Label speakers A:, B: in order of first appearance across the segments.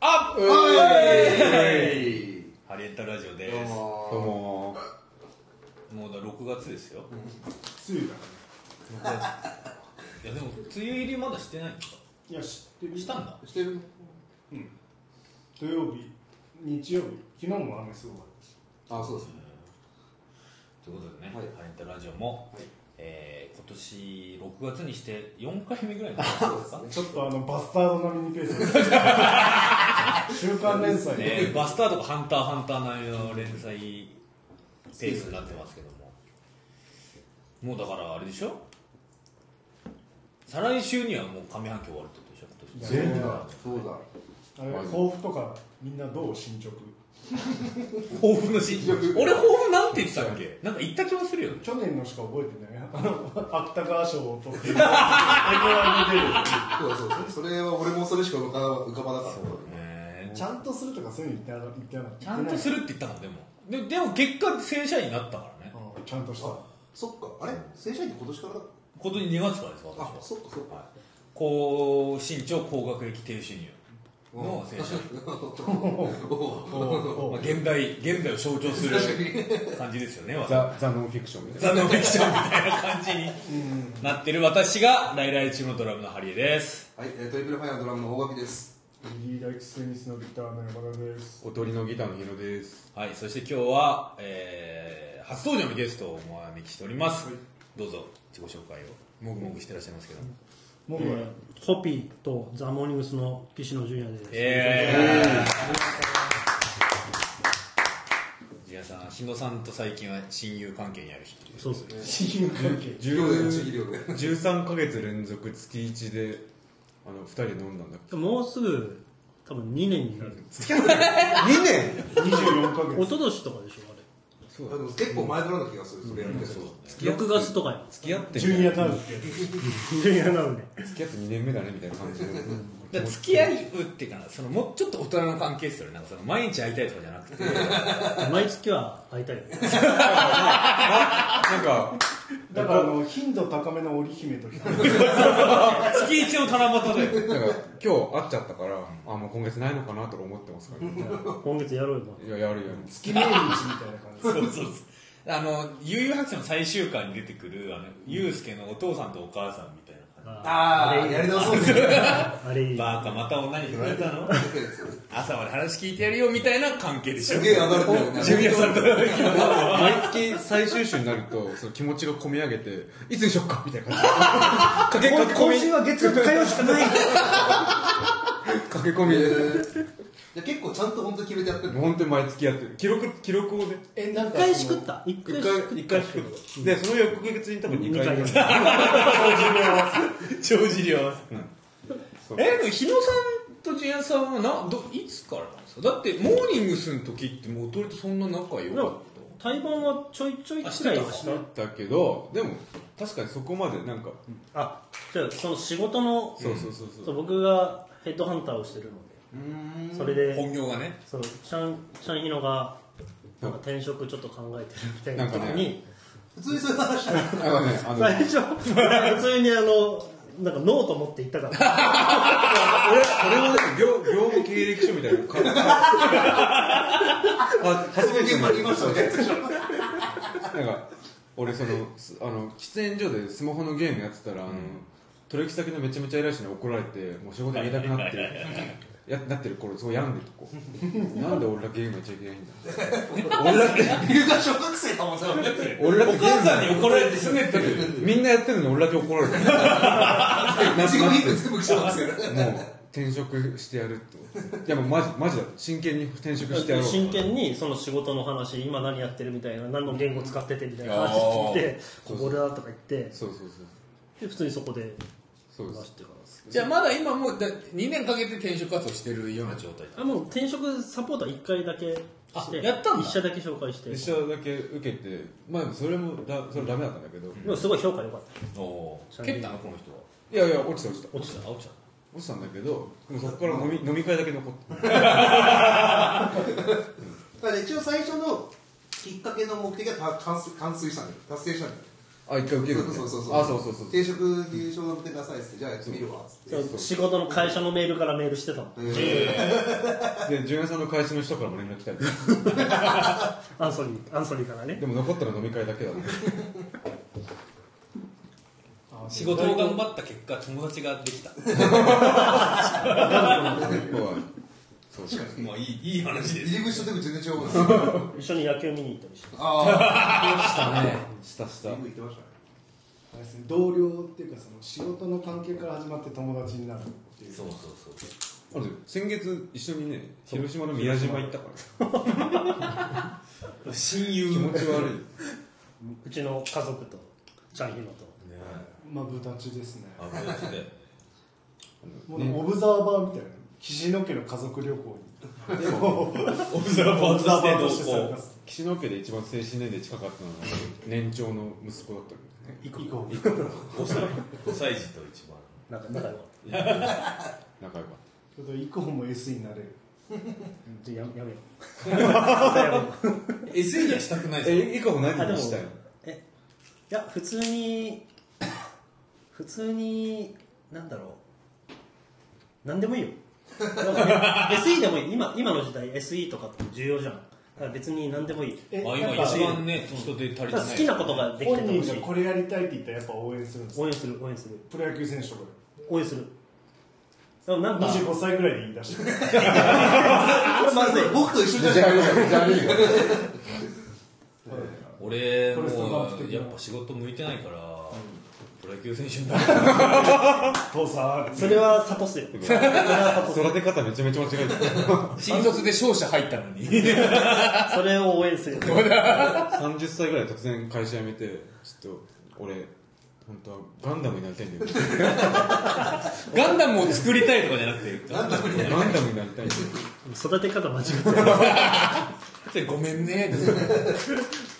A: は
B: うえ
A: い
B: い
C: ハリエンタラジオです
B: どう
C: も
B: も
A: どうも
C: うだ6月ですよ
A: つゆだか
C: いやでも梅雨入りまだしてないんですから
A: ねいや知ってる
C: したんだ
B: してる
A: 土曜日日曜日昨日も雨すごかったし
B: あそうですね
C: ということでね、
B: はい
C: ハリエンタラジオも、
B: はい
C: えー今年6月にして4回目ぐらいの
B: そうですね
A: ちょっとあのバスタード並みにペースが週刊連載
C: ねバスターとかハンターハンター並みの連載ペースになってますけどももうだからあれでしょ再来週にはもう上半期終わるってことでしょ今年
A: 全部だ
B: そうだ
A: あれ抱負とかみんなどう進捗
C: 抱負の新曲俺抱負なんて言ってたっけなんか言った気もするよね
A: 去年のしか覚えてないあの芥川賞を取ってエコラに出るっていう
B: そうだそうだそれは俺もそれしか浮か浮かばなかった
C: ね
A: ちゃんとするとかそういうの言ってな言ってなかった
C: ちゃんとするって言ったのでもででも結果正社員になったからね
A: うんちゃんとした
B: あそっかあれ正社員って今年からだ
C: 今年2月からです私
B: あ
C: は
B: そっかそっか
C: 高身長高学歴低収入の正社員
A: おうお
C: まあ
A: う
C: 現代現代を象徴する感じですよね私
D: ザ・ザ・ノンフィクションみたいな
C: 残念フィクションみたいな感じに
A: うん
C: なってる私が来来中のドラムのハリエです
B: はいえートリプルファイアのドラムの大垣です
A: リーダーエクステニスのギターの山田です
D: 踊りのギターのヒロです
C: はいそして今日は、えー初登場のゲストをお招きしております、どうぞ自己紹介をもぐもぐしてらっしゃいますけど
A: もう
E: ホピーとザ・モーニングスの岸野純也です。
C: えージュニアさん、しのさんと最近は親友関係にある人
E: そうですね。
A: 親友関係
B: 量で
D: 10
B: 地域量で
D: 13ヶ月連続月1であの2人で飲んだんだっ
E: もうすぐ多分2年になる。
D: け2年
A: 24ヶ
E: 一
A: 月
E: 昨年とかでしょあ
D: そ
B: あでも結構前からな気がするそれやるけど
E: れ。6月とかに。
D: 付き合って
A: ジュニアタウンってや
E: 純也なんで。
D: 付き合って2年目だねみたいな感じで
C: だから付き合い打っていうかなそのもうちょっと大人の関係ですよねなんかその毎日会いたいとかじゃなくて
E: 毎月は会いたいよね。
D: なんか
A: つだからあの頻度高めの織姫と人
C: 月一の七夕 で
D: なんか今日会っちゃったからあもう今月ないのかなとか思ってますから、ね、
E: 今月やろうよ。
D: いややるやる
A: 月命日みたいな
C: そ
A: 感
C: うそうそうあの悠々白書の最終回に出てくるあのユうスケのお父さんとお母さんみたいな感
B: あーやり直そうですね
E: あれい
C: じ
E: い。
C: バーカまた女に振られたの 朝まで話聞いてやるよみたいな関係でしょ
B: すげえ上がるってるね
C: ジュニアさんと
D: 毎月最終週になるとその気持ちが込み上げていつにしよっかみたいな感 じで駆け込み
E: は月火曜しかない。
D: 駆け込みで
B: いや結構ちゃんと本当に決めてやってる
D: 本当に毎月やってる記録記録を
A: じ
D: ね
A: えなん
E: 一
A: か
E: 回しくった。一
D: 一
E: 回し
D: 回
E: くった。
D: 一回引くでその翌月に多分2回
E: 二
D: 目
E: 回
C: 長寿量
D: そう
C: えでも日野さんとジュニアさんはなどいつからなんですかだってモーニングスの時ってもうとりとそんな仲良かった
E: 対バンはちょいちょいくらいはし
D: だ
E: な
D: っ
E: い。
D: たけどでも確かにそこまでなんか
E: あ、じゃあその仕事の、
D: そうそうそうそ
E: そうう僕がヘッドハンターをしてるので、それで、
C: 本業がね
E: そうシャンシャンヒノがなんか転職ちょっと考えてるみたいな時に、
B: 普通にそういう話だ
D: だからねあの
E: 最初普通にあのなんかノート持って行ったから
D: 俺はね業業務経歴書みたいなの書いてあ初めて
B: 現場にいましたね
D: なんか俺そのすあの喫煙所でスマホのゲームやってたら、あの取引先のめちゃめちゃ偉い人に怒られてもう仕事やりたくなってるやなってる頃すごい病んでるとこなんで俺らゲームやっちゃいけないんだ俺らっ て
B: 理由が小学生かもしれない
D: 俺ら
C: お
D: ってゲー
C: 母
D: ム
C: さんに怒られてすねてる
D: みんなやってるのに俺だけ怒られてる
B: 自分に全部小学生だ
D: もう転職してやるって思っていやもうマジマジだ真剣に転職してやろう
E: 真剣にその仕事の話今何やってるみたいな何の言語使っててみたいな話聞いて
D: そ
E: こ
D: うそう
E: こだとか言って
D: そうそう
E: で普通にそこで
D: そうそう
E: 話
D: で
E: してからです
C: じゃあまだ今もうだ2年かけて転職活動してるような状態
E: あもう転職サポートは1回だけして
C: あやったんだ
E: 1社だけ紹介して
D: す一社だけ受けてまあでもそれもだそれダメだったんだけど、
E: でもすごい評価良かった
C: おおー蹴ったのこの人はい
D: やいや落ちた落ちた
C: 落ちた落ちた
D: 落ちたんだけどでもそこから飲み飲み会だけ残っ
B: か
D: て
B: ら一応最初のきっかけの目的はた完遂完遂したんだよ達成したんだよ
D: あ一回受ける
B: そうそうそうそう
D: あそうそうそう
B: 定食に小学くださいっつってじゃあやってみるわっつって
E: そう仕事の会社のメールからメールしてたもん
D: で純也さんの会社の人からも連絡来たり
E: アンソニーアンソニーからね
D: でも残ったら飲み会だけだね
C: 仕事を頑張った結果友達ができた
D: そうそ う
C: まあいいいい話です
B: 入り口とでも全然違うもんね
E: 一緒に野球見に行ったりして
B: ああ
D: したねしたした
B: 行ってましたね
A: あれですね同僚っていうかその仕事の関係から始まって友達になるっていう
C: そうそうそう
D: あれ先月一緒にね広島の宮島行ったから
C: 親
D: 気
C: 友
D: 持ち悪いう
E: ちの家族とちゃんひのと
A: まあブタチですね
C: あぶなしで
A: もうねオブザーバーみたいな岸野家の家族旅行にでも
C: オブザーバーとして同行
D: 岸野家で一番精神年齢近かったのは年長の息子だったけ
A: 行こう
C: 5歳5歳児と一番
E: なんか仲良かっ
D: どね仲良かっ
A: ちょっと以降も S になれる
E: たちょやめやめようやめよ う
C: SE にはしたくない
D: た
C: ですよ
D: え以降
E: あ
D: 何
E: で
D: に
E: も
D: したい
E: えいや普通に 普通になんだろうなんでもいいよ SE でもいい今今の時代 SE とかって重要じゃんだから別に何でもいい
A: え
C: あ
A: なん
C: 今
A: か
C: 一番ね人手足りて
E: だ
C: ない
E: から好きなことができて
A: 本
E: てほ
A: 人
E: し
A: が
E: い
A: これやりたいって言ったらやっぱ応援するんですよ
E: 応援する応援する
A: プロ野球選手とか
E: 応援するでもなんか
A: 25歳ぐらいで言い出した
E: あれまずい
B: 僕と一緒じゃ
D: メ
B: ない
D: ジャーメジャーリーガー
C: 俺も
A: これその
C: うやっぱ仕事向いてないから、プロ野球選手になる
A: 父さん
E: それは諭すよそれは諭す
D: 育て方めちゃめちゃ間違えて
C: 新卒で勝者入ったのに
E: それを応 援する
D: た30歳ぐらいで突然会社辞めてちょっと俺本当はガンダムになりたいんだよ
C: ガンダムを作りたいとかじゃなくてガンダム
D: ガンダムになりたいんだよ
E: 育て方間違って
C: って
E: る
C: ごめんね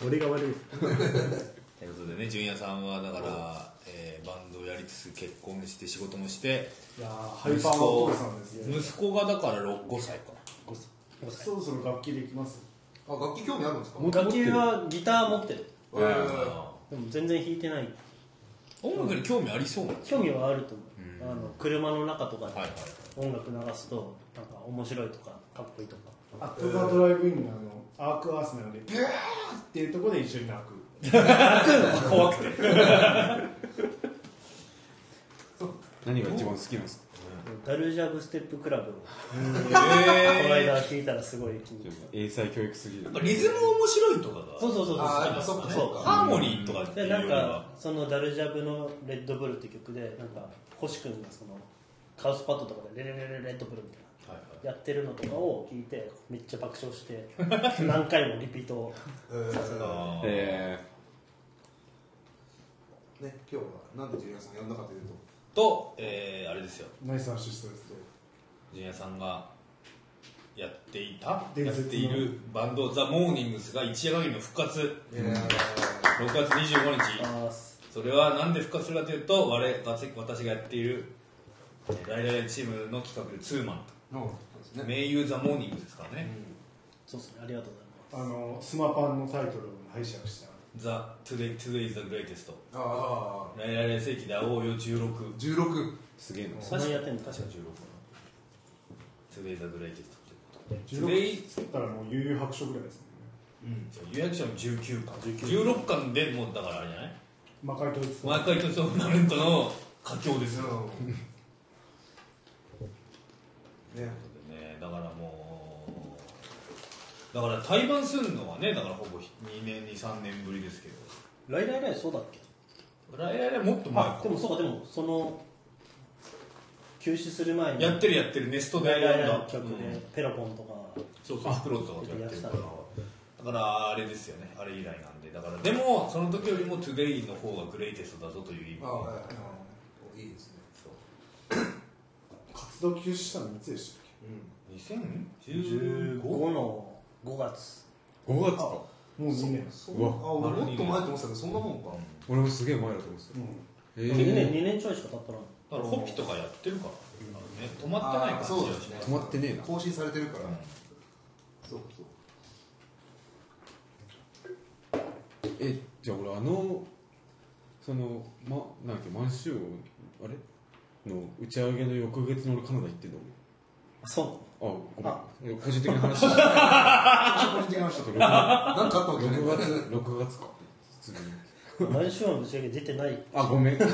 E: 俺が悪い
C: ということでね純也さんはだから、えーバンドをやりつつ結婚して仕事もして
A: いやーハイパーなお父さんですね
C: 息子がだから6 5歳か
A: そろそろ楽器できます
B: あ楽器興味あるんですか
D: も
E: 楽器はギター持ってる
B: えー
E: でも全然弾いてない
C: 音楽に興味ありそうな
E: 興味はあると思う、あの車の中とかで
C: はいはい
E: 音楽流すとなんか面白いとかかっこいいとか
A: アップザドライブインのあのアークアースなのでビューっていうところで一緒に泣く
C: 怖くて
D: 何が一番好きなんですか
E: ダルジャブステップクラブをこの
C: え
E: 間聞いたらすごい気に入っ
D: 英才教育すぎる
C: ー、リズム面白いとかが
E: そうそうそうそう
B: あーやっぱそっかそっか
C: ハーモニーとかってい
E: で
C: うよ
E: な
C: り
E: ん
C: は
E: かそのダルジャブの「レッドブル」って曲でなんか星君がそのカウスパッドとかで「レレレレレッドブル」みたいな、
C: はい
E: やってるのとかを聞いてめっちゃ爆笑して何回もリピートを
B: えー
C: あー
D: え
B: ね今日はなんでジュニアさん呼んだかというと
C: と、えー、あれですよ
A: ナイスアシストですね
C: ジュニアさんがやっていた
A: 伝
C: やっ
A: 説の
C: ているバンドザ・モーニングスが一夜限りの復活
B: え
C: 6
B: ー
C: 月25日
E: あ
C: それはなんで復活するかというと我私私がやっているえーライライチームの企画でツーマン
B: のそうです
C: と
B: ね
C: 名優ザ・モーニングスですからね、
E: そうですねありがとうございま
A: あ
E: す
A: のスマパンのタイトルを拝借した
C: ザ・トゥデイ・トゥデイ・ザ・グレイテスト
B: あ
C: ライライ世紀で会おうよ16
B: あ16
D: すげえな
E: そんなにやってんの
C: 確か16かなトゥデイ・ザ・グレイテストってことでトゥデイ
A: 16作ったらもう悠々白書ぐらいですね
C: 予約者も19巻16巻でもうだからあれじゃない
A: 魔界統一戦
C: 毎回とトーナメントの佳境ですよ
B: うんね
C: ねだからもうだから対バンするのはねだからほぼ2年23年ぶりですけど
E: ライライライそうだっけ
C: 来来来もっと前か
E: でもそうかでもその休止する前に
C: やってるやってるネストで
E: ラ
C: や
E: イライ
C: ん
E: ライ
C: だ
E: の曲
C: うん
E: でペロポンとか
C: そうそうフクロウとかとやってるからだからあれですよねあれ以来なんでだからでもその時よりもトゥデイの方がグレイテストだぞという意味
B: ああはいおいいですね
C: そう
A: 活動休止したのいつでしたっ
E: 15
C: 2015
E: の5月
D: 5月か
A: けもう2年
B: そう
D: わ
B: あ俺もっと前と思ってたけどそんなもんか
D: 俺もすげえ前だと思ってたえ
E: 2
D: ー
E: 年 ,2 年ちょいしか経ったら
C: だからホピとかやってるから、ね、止まってない
B: あ
C: 感
B: ー
C: じがしま
B: そうですすね
D: 止まってねえな
B: 更新されてるからそうそう
D: えじゃあ俺あのそのまなんだっけ満州王あれの打ち上げの翌月の俺カナダ行ってんの
E: あそ
D: あごめん個人的な 話個人的な話だと6
B: なんかあったわけじゃない
D: 月6月か次
E: うなの毎週の打ち上げ出てない
D: あごめん ごめ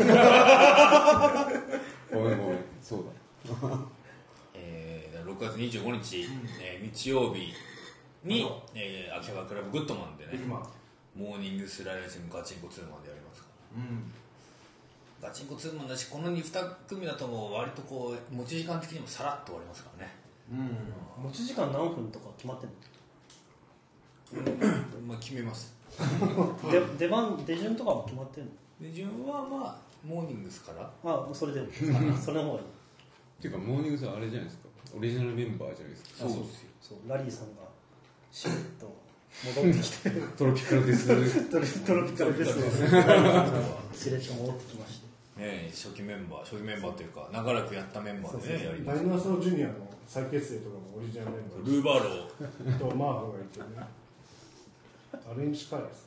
D: んごめんそうだ
C: えー、6月25日、えー日曜日に、えー、秋葉クラブグッドマンでね
B: 今
C: モーニングスライダーチームガチンコツーマンでやりますか
B: うん
C: らガチンコツーマンだしこの 2, 組だともう割とこう持ち時間的にもさらっと終わりますからね、
B: うん
E: 持ち時間何分とか決まってん
C: まあ、決めます
E: ので出番出順とかも決まってんの
C: で自分はまあモーニングスから
E: あそれでもそれの方がいい
D: っていうかモーニングさあれじゃないですかオリジナルメンバーじゃないですか
C: そうですよ
E: そうラリーさんがしれっと戻ってきて
D: トロピカルデス
E: トロトロピカルですねしれっと戻ってきまして
C: ねえ初期メンバー初期メンバーというか長らくやったメンバーでねやりま
A: ダ
C: す
A: イナソージュニアの再結成とかもオリジナルメ
C: ルー
A: ン
C: バーロ
A: バーとマーフがいてねアレンジカレーですね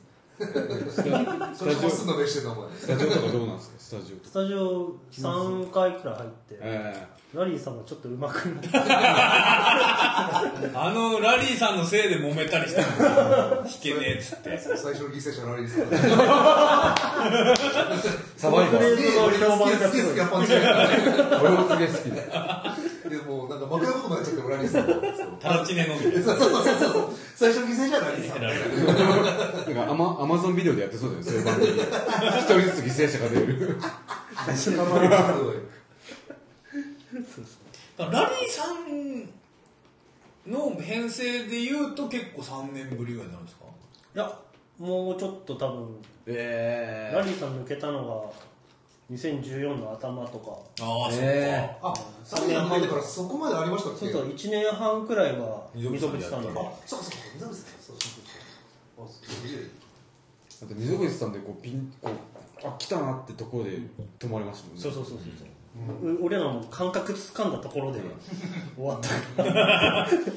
D: スタ
B: それ
D: ジオ
B: 本数のべしてたもんね
D: スタジオとかどうなんですかスタジオとか
E: スタジオ3回くらい入って
D: え
E: ラリーさんがちょっと上手くなって
C: ーあのラリーさんのせいで揉めたりしたの弾けねえっつって
B: 最初の犠牲者のあれですから
D: えサバイバ
E: フレ
D: ー
E: ーズが評判が
B: 好き
E: す
B: 好
E: ご
B: き
E: い
B: やっぱ違
D: 俺もすげえ好きで
B: うでもうなんか負けたことになっちゃって俺らにさ
C: タラチネのみたいな
B: そうそうそうそうそう最初の犠牲者は何さん
D: なんかアマアマゾンビデオでやってそうだよねそういう番組一人ずつ犠牲者が出る
B: 最初の名前がすごい
C: だからラリーさんの編成でいうと結構3年ぶりぐらいになるんですか
E: いやもうちょっと多分
D: え
E: ラリーさん抜けたのが2014の頭とか
C: ああ、
D: え
B: あ3年前だからそこまでありましたっ
E: そ
B: け
E: うそう1年半くらいは溝口さん
C: 溝口さん
E: の
C: やっ
B: あそうかそうかそうかそうかそうかあすげえ
D: あと溝口さんでこうピンこうあ来たなってところで止まりましたもんね
E: そうそうそうそう、う俺らも感覚つかんだところで終 わったから
C: そうか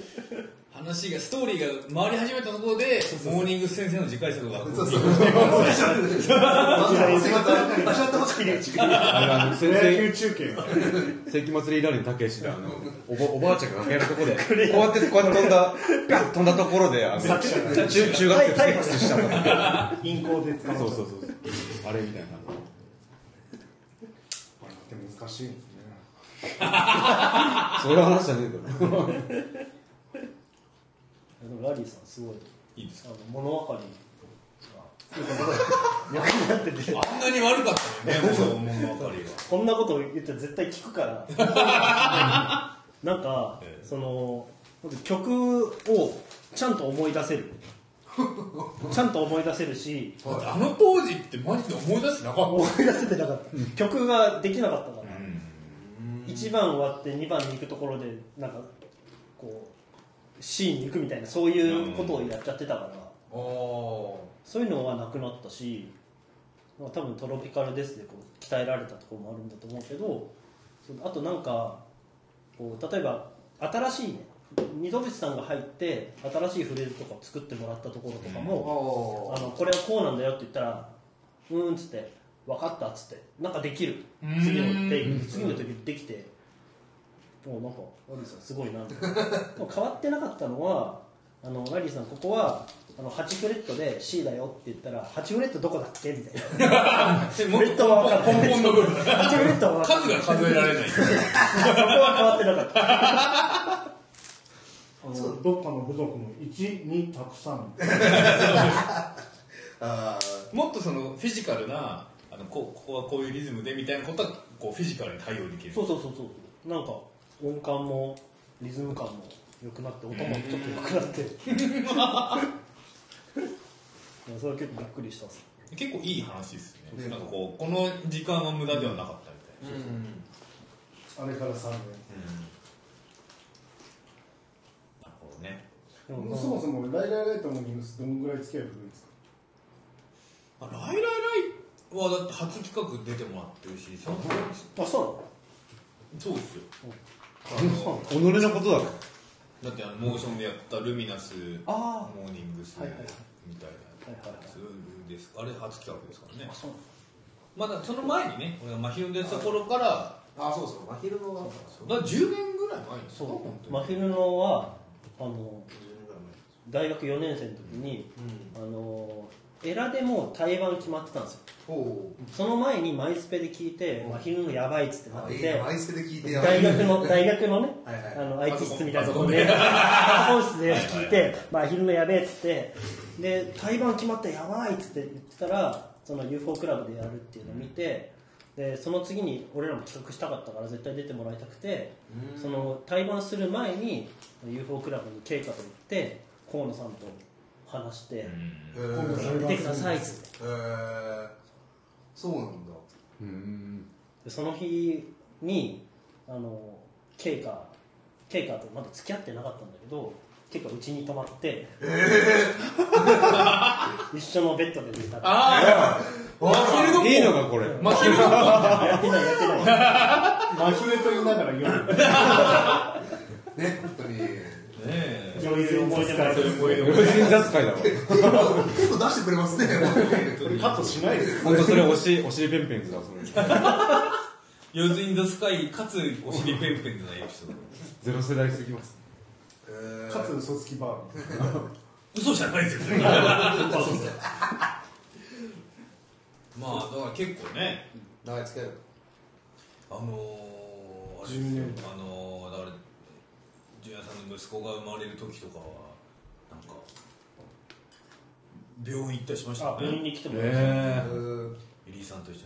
C: 話がストーリーが回り始めたところでモーニング先生の次回作が
B: そうそう。
D: あれあ の
A: プ
D: 先
A: ロ野
D: 生
A: 球中継が
D: 世紀末リーダーにたけしであのおばおばあちゃんが楽屋のところでこうやってこうやって飛んだピャッ飛んだところであの中中学生とセックス したの
A: 銀行で使う
D: そう
A: と
D: そうそうあれみたいな
A: あれって難しいんですね
D: そういう話じゃねえだろ
E: でもラリーさんすごい
C: いいです
E: あの物分か り がよくなってて
C: あんなに悪かったのよね、もう物分かりが。
E: こんなこと言ったら絶対聞くから なんか、
C: ええ
E: その曲をちゃんと思い出せるちゃんと思い出せるし
C: だってあの当時ってマジで思い出してなかっ
E: 思い出せてなかった、曲ができなかったか
C: た。う
E: ら
C: ん
E: 1番終わって2番に行くところでなんかこう C に行くみたいなそういうことをやっちゃってたから、そういうのはなくなったしまあ多分トロピカルですでこう鍛えられたところもあるんだと思うけどそうあとなんかこう例えば新しいね二戸口さんが入って新しいフレーズとかを作ってもらったところとかも、あのこれはこうなんだよって言ったら「うーん」っつって「分かった」っつってなんかできる
C: ーん
E: 次のテイク次の時できてもうなんかラリーさんすごいな みたいなでも変わってなかったのはあのラリーさんここはあの8フレットで C だよって言ったら8フレットどこだっけみたいな
C: でも
E: フレットは分か
C: ポン
E: る
C: ポンの部分。
E: 8フレットは分かる
C: 数が数えられない。
E: そこは変わってなかった
A: あのどっかの部族の1にたくさん
C: もっとそのフィジカルな、あのこうここはこういうリズムでみたいなことはこうフィジカルに対応できる
E: そ。うそうそうそうなんか音感もリズム感も良くなって音もちょっと良くなっていやそれは結構びっくりしたっす
C: 結構いい話ですよね。
B: ね
C: なんかこう、この時間は無駄ではなかったみたいな。
A: あれから3年
C: なるほどね。
E: でも
A: もうそもそもライライライトのニュースどんぐらい付き合いがるんですか
C: あライライライはだって初企画出てもらってるし、そ
E: あそ
C: そうですよ。
E: うなの
D: 己のことだろ
C: だってあのモーションでやったルミナス、
E: あ
C: モーニングス
E: はいはいはい
C: みたいなやつです。あれ初企画ですからね
E: あ。そうな
C: まだその前にね俺がマヒルの出た頃から
B: あそうそう真昼のはそう
C: だから10年ぐらい前ですか本
E: そう
C: 当
E: 真
C: に
E: 昼のはあ
B: 10
E: の
B: 年ぐらい
E: 大学4年生の時に、あのエラでもう対バン決まってたんですよ
B: 前お
E: その前にマイスペで聞いて、真昼のやばいっつってなっ
B: お
E: て
B: いいねマイスペで聞いてやば
E: 大
B: い
E: 学の大学のね
B: はいはい
E: あの IT 室みたいなと
C: パソ
E: こ
C: コン
E: でパソコン室で聞い
C: はいはい
E: て「まあ昼のやべえ」っつってで対バン決まったやばいっつって言ってたらその UFO クラブでやるっていうのを見てでその次に俺らも企画したかったから絶対出てもらいたくてその対バンする前に UFO クラブに経過と行って河野さんと話して
B: え
E: 「河野さん出てください」っつって
B: ーそうなんだ
D: うん
E: でその日にあのケイカケイカとまだ付き合ってなかったんだけどケイカうちに泊まって、一緒のベッドで寝たや
C: あ
D: うんいいのか これ
C: あマヒルの
E: ってないやってない
A: 真面目と言いながら夜
B: ね本当に
C: ね
E: そういう思い出もあります
D: エロ人雑会だわ
B: 結構出してくれますね
A: これカットしないですよ
D: 本当それおしお尻ペンペンズだそれ
C: ヨズインザスカイかつお尻ペンペンじゃないエピソード
D: ゼロ世代すぎます
B: えー
A: かつ嘘つきバーみたいな
C: 嘘じゃないですよねまあだから結構ね
B: 長い付き合いだ
C: あのー、あれですよ
A: 10年
C: あのー、だからジュニアさんの息子が生まれる時とかはなんか病院行ったりしました
E: あ
C: よ
E: 病
C: ね
E: 院に来てもらいました
D: え
B: えー
C: エリーさんと一緒に病院行ったりとかして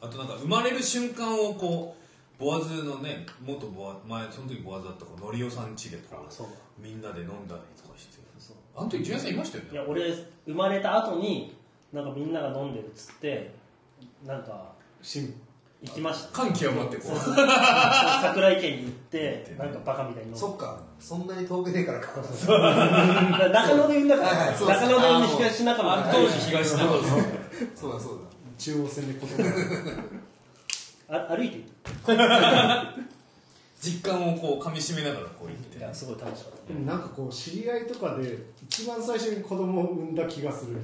C: あとなんか生まれる瞬間をこうボアズのね元ボア前その時ボアズだった子のりおさんちでとか
E: そう
C: みんなで飲んだりとかして
E: そう
C: あの時ジュニアさんいましたよね
E: いや俺生まれた後になんかみんなが飲んでるっつってなんか
A: 新
E: 行きました
C: 感極まってこう
E: 桜井県に行ってなんかバカみたいに飲んで
B: そっか そんなに遠くねえからか
E: 中野で言うんだか
B: はい
E: ら
B: はいそうです
E: 中野で言う東中野
C: あ
E: で
C: の当時東中野さん
B: そうだそうだ
A: 中央線で言葉
E: あ歩いて行っ
C: 実感をこう噛み締めながらこう言って
E: たいやすごい楽しかった
A: でもなんかこう知り合いとかで一番最初に子供を産んだ気がする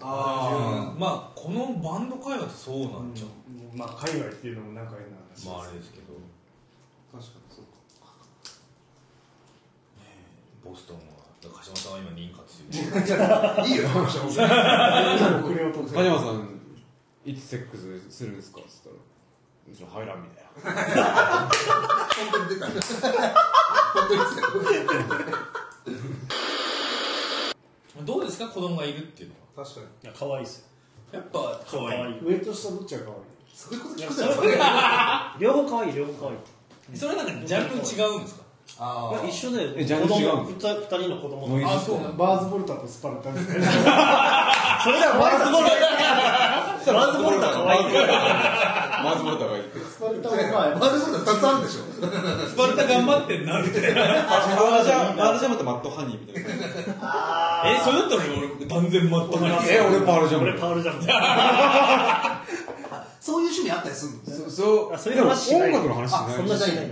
B: あ
C: まあこのバンド会話ってそうなんじゃん、
A: まあ海外っていうのもなんか変な話
C: まああれですけど
B: あ確かにそうか
C: ボストンはだから鹿島さんは今妊活中
B: いいよ、話は
A: 遅れを取っ
D: ー、
A: て
D: パジャマさんいつセックスするんですかっつったら「うちの入らん」みたいな
B: 本当に出た。本当に出た。
C: どうですか子供がいるっていうのは
B: 確かに。
E: いや可愛いですよ
C: やっぱ可愛い
E: 可愛い
A: 上と下どっちが可
B: そういうこと
E: い
B: 聞
E: や
B: く
E: そ
B: じゃ
E: れ
B: ん、それ。
E: 両方可愛い両方可愛い
C: それはなんかジャンル違うんですか
B: あ
E: いや一緒だよ
D: えジャンル違うの
E: 子供二人二人の子供
D: ノイ
E: と
D: ズ
C: あそうなん
A: 愛い
C: だ
A: バーズボルタとスパルタみたいな
E: それじゃワーズボルタワーズボルタ可愛いよ
D: マズボルタがいい
A: スパルタはまあ
B: マ ルションが2つあるでしょ。
C: スパルタ頑張ってんなみたいな
D: マルジャマルジャムとマットハニーみたいな
C: えそれだったら俺断然マットな
D: え俺パールジャム
E: 俺パールジャムだ
B: そういう趣味あったりするの
D: そそ
E: あそううい
D: で
E: う
D: も
E: 話しな
D: 音
E: い
D: 楽の話しない
B: あそんなじゃない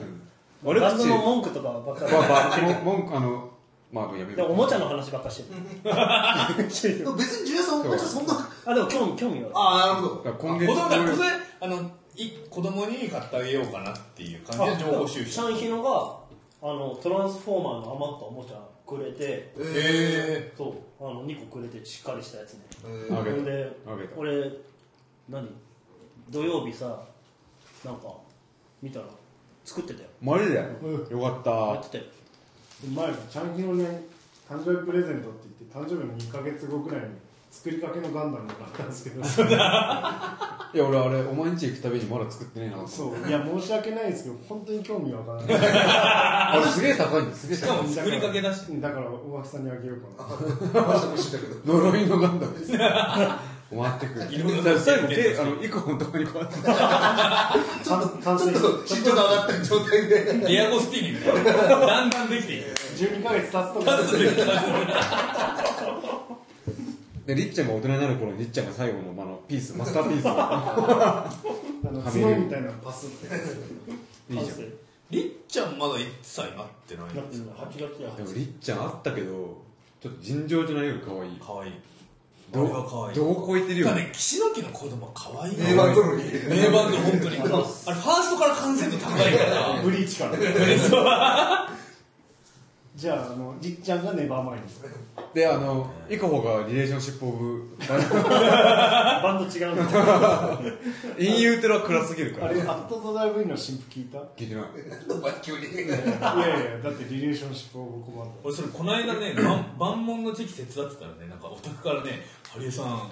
D: 悪
E: バンド
D: 口
E: の
D: は
E: 文句とかばっか
D: ばも文句あのまあやめ
E: りで
D: よ
E: お
D: う
E: もちゃの話ばっかして
B: で
E: る
B: も別にジュエさん、お前じゃそんな。
E: あでも興味興味は
B: ああ、なるほ
D: だから今
C: 子
D: 月
C: 供だこれあのい子供に買ってあげようかなっていう感じの情報収集
E: シャンヒノがあのトランスフォーマーの余ったおもちゃくれて
B: ど。
C: え
E: そうあの2個くれてしっかりしたやつね
B: え
D: あ
E: そ
D: げ
E: れ
D: た
E: で
D: あげた
E: 俺何土曜日さなんか見たら作ってたよ
D: マジで
A: う
D: よかっ
E: やったてたよ
A: 前チャンキのね誕生日プレゼントって言って誕生日の2か月後くらいに作りかけのガンダムもらったんですけど
D: いや俺あれお前んち行くたびにまだ作ってねえな
A: そういや申し訳ないですけど本当に興味わかんない
D: あれすげえ高いんですすげえ
C: しか
D: 高い
C: も作りかけだし
A: だから大橋さんにあげようかな
B: マジで知ったけど。
D: 呪いのガンダム です終わってくる
C: いろんな
D: だから最後手あのイコンのとこにこうやって
A: ちゃんと完成
B: ちょっと身長が上がった状態で。
C: ディアゴスティーニみたいなだんだんできていく
A: 12ヶ月経つと
C: パ
A: か
C: スで
D: でりっちゃんが大人になる頃にりっちゃんが最後のあのピースマスターピ ースを
A: あの角みたいなのパスって
D: いいじゃん
E: 完成
C: りっちゃんまだ1歳なってない
E: なんっ
C: で
E: て
C: す
E: る
C: か
E: 8月や
D: でもりっちゃんあったけどちょっと尋常じゃないより可愛い
C: かわいいあれは可愛い
D: どう超えてるよ
C: 今ね
D: ね、
C: 岸の木の子供は可愛い
B: 名盤
C: の
B: ぞろい。
C: 名盤の本当にあれファーストから完全度高いから
A: ブリーチから。じゃあ、あの、じっちゃんがネバーマインド。
D: であのイカホがリレーションシップオブ
A: バンド違うんだ。
D: インユーテラ暗すぎるか
A: あ
D: ら
A: れ、アットザダイブインの新譜聞いたい
D: 聞いてない
B: 何の番急に。
A: やいや、だってリレーションシップを僕も
C: 俺それこの間ね万万門の時期手伝ってたらねなんかお宅からね「ハリエさん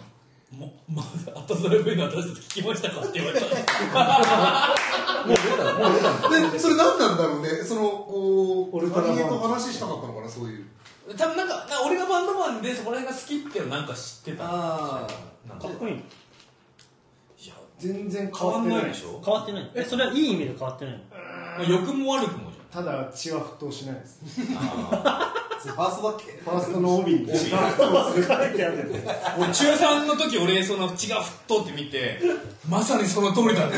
C: もまずあたざるべの私たち聞きましたか?」って言われた
B: で、それ何なんだろうね。その、こう、
A: 俺から
B: 何気と話したかったのかな、そういう。
C: 多分なんかな俺がバンドマンでそこら辺が好きっていうのなんか知ってた
B: あ
C: なんか
E: かっこいい
C: いや
A: 全然変
C: 変わ
A: わ
C: ん
A: って
C: ない
A: な
C: で
A: い
C: し。ょ、
E: 変わってないえそれはいい意味で変わってないの
C: まあ、欲も悪くもじ
A: ただ、血は沸騰しないです。
B: あ。ファーストだっけ
A: ファーストの帯に血が沸騰する書いてある。
C: ゃん俺中3の時俺その血が沸騰って見てまさにその通りだね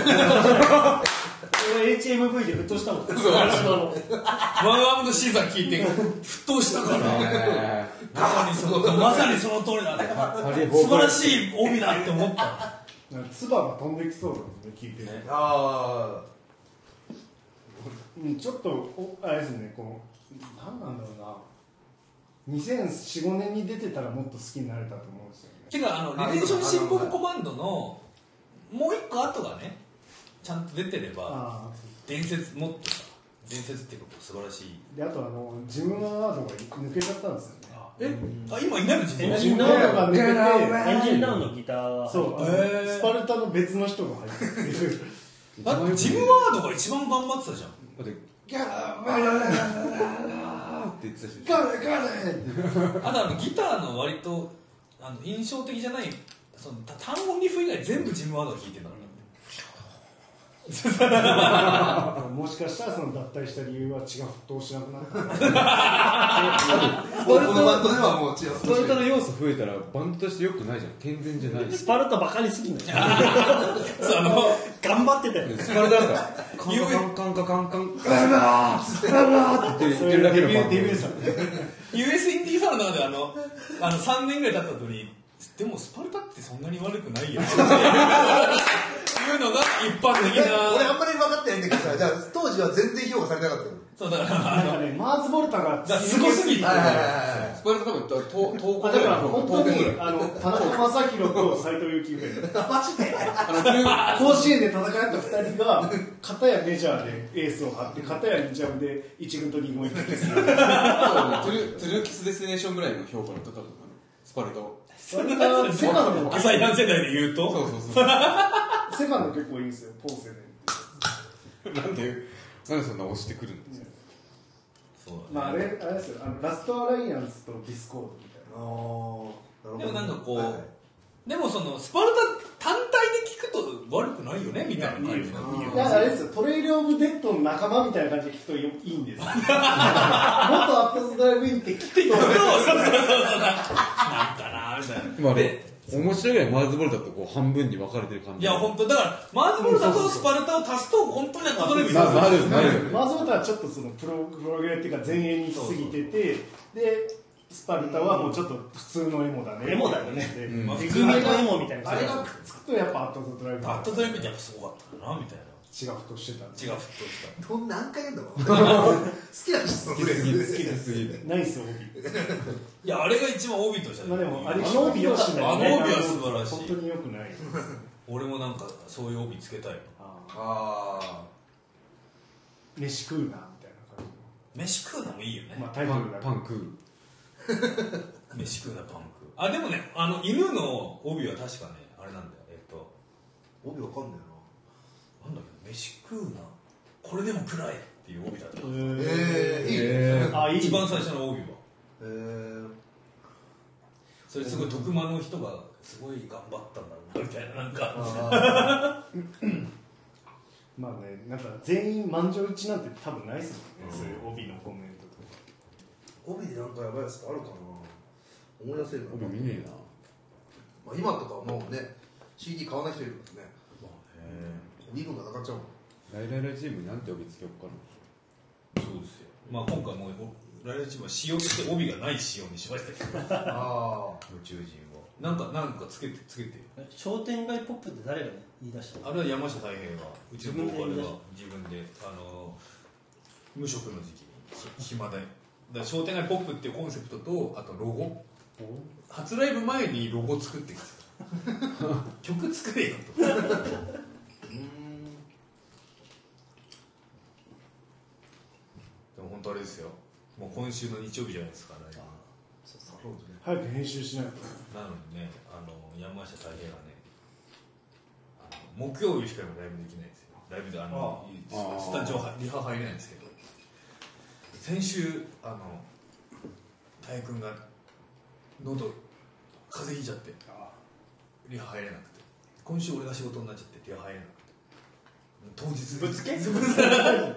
E: 俺 HMV で沸騰したもんそう
C: ワンワンのシーザー聞いて沸騰したからまさにそのまさにその通りだね素晴らしい帯だって思った
A: なんか唾が飛んできそうだもんね、聞いてる。
B: あ
A: うん、ちょっとおあれですねこう何なんだろうな2004,5年に出てたらもっと好きになれたと思うんですよね
C: てかあのリレーションシンボルコマンドのもう一個後がねちゃんと出てれば
A: ああ
C: 伝説もっとさ伝説っていうか素晴らしい
A: であとあのジムナワードが抜けちゃったんですよね
C: えあ今いないの自分
E: え
A: ジムナワードが抜けて
E: エンジンダウンのギターは
A: そう、
C: へー
A: スパルタの別の人が入ってる
C: だってジムワードが一番頑張ってたじゃん
D: だって
B: あ。ガ
D: あーって言ってたし
B: レガレ
C: あとあのギターの割とあの印象的じゃないそのた単音リフ以外全部ジムワードが弾い てるんだからね
A: だからもしかしたらその脱退した理由は血が沸騰しなくなった
B: このバンドではもう違う。
D: スパルタの要素増えたらバンドとしてよくないじゃん健全じゃないし
E: スパルタバカにすぎない
C: そうあの
E: 頑張ってたよ
D: スパルタなんかカンカンカンカンカンカンカンカンって言っ
A: そ
D: て
A: れ
D: る
A: が
D: だけ
A: デ
D: の
A: ビュ
D: バ
A: ー
D: ン
A: デビュー
D: ド
A: さ
C: US インディーファンの中であのあの3年ぐらい経った後にでもスパルタってそんなに悪くないよねっていうのが一般的
B: 俺あん
C: な
B: まり分かってないんだけどさ、じゃあ当時は全然評価されなかったよ。
C: そうだから
A: なんかねマーズボルタ
C: だ
A: が
C: からすごすぎて
B: はいはいはいはい
D: スパルタ多分とと投稿
A: あだから本当にあの田中将大と斎藤佑樹ぐらい甲子園で戦った2人が片やメジャーでエースを張って片や2ジャムで1軍と2軍を行ってする
D: トゥルトゥルーキスデスティネーションぐらいの評価の高さかなスパルタは
A: それがセカンドも
C: 朝イラン世代で言うと
D: そうそうそう
A: セカンド結構いいんですよポーセで
D: なんでなんでそんな押してくるの
C: そうだ
A: まああ
C: ね
A: れあれですよあのラストアライアンスとディスコードみたい
B: あ
A: な
B: ーるほど
C: でもなんかこう、
B: はい
C: でもそのスパルタ単体で聞くと悪くないよねみたいな感じの
A: いやあれですよトレイル・オブ・デッドの仲間みたいな感じで聞くとよいいんですよ元アップスドライブインって聞くと
C: そうそうそうそうそうなんかなみたいな
D: まあね面白いぐらいマーズボルタとこう半分に分かれてる感
C: い
D: じ
C: や本当だからマーズボルタとスパルタを足すと本当になんか取れるよ
D: ななるよなるよね
A: マーズボルタはちょっとそのプロプログレっていうか前衛に行き過ぎててでスパルタはもうちょっと普通のエモだね
E: エモだよね
A: で
D: うん
C: まあ
E: 普
C: 普
E: 通
C: 通
E: の
C: に
E: エモみたいな
A: あれがくっつくとやっぱアットザドライブ
C: バットドリブってやっぱすごかったなみたいな
A: 血が沸騰してたんで
C: 血が沸騰した
B: どん何回 言うんだろう好きなんですよ
D: 好きすぎる好きすぎる
A: ナイス帯
C: いやあれが一番帯としては
A: まあでもあれ
C: いい
A: あの帯よしない
C: あの帯は素晴らし
A: 本
C: い
A: 当によくない
C: 俺もなんかそういう帯つけたいの
B: あ
A: 飯食うなみたいな感
C: 飯食うのもいいよ
A: じ
C: ね
A: まあ
D: パ
A: タイトル
D: ン
A: だけ
D: パン食う
C: 飯食うなパンクあでもねあの犬の帯は確かねあれなんだよえっと
B: ー帯わかんない
C: なんだっけ飯食うなこれでも食らえっていう帯だった
B: な
A: え
B: えー、いいね
D: え
A: ーあいい
C: 一番最初の帯は
B: えー、
C: それすごい特間の人がすごい頑張ったんだろうなみたいななんか
B: あ
A: まあねなんか全員満場一致なんて多分ないですもんねそういう帯のコメントとか
B: ー帯でなんかやばいやつってあるかな思い出せるの、
D: 帯見ねえな
B: まあ、今とかはもうね CD 買わない人いるからね身分がなか っちゃうもん
D: ライライライチームになんて帯つけようかな
C: そうですよまあ今回もうライラチームは仕様として帯がない仕様にしましたけど
B: ああ
C: 宇宙人をなんかなんかつけてつけて
E: え商店街ポップって誰が言い出したの
C: あれは山下太平がうちのボーカルが自分であの無職の時期にひ暇でだから商店街ポップっていうコンセプトとあとロゴ初ライブ前にロゴ作ってきてた曲作れよ とでも本当あれですよもう今週の日曜日じゃないですかライブ
B: そうですね
A: 早く編集しないと
C: なのにね、あの山下太平がね、あの木曜日しかライブできないんですよ。ライブであの
D: ああ
C: スタジオはリハ入れないんですけど、先週あの太平君が喉風邪ひいちゃってリハ入れなくて、今週俺が仕事になっちゃってリハ入れなくて、当日ぶつけ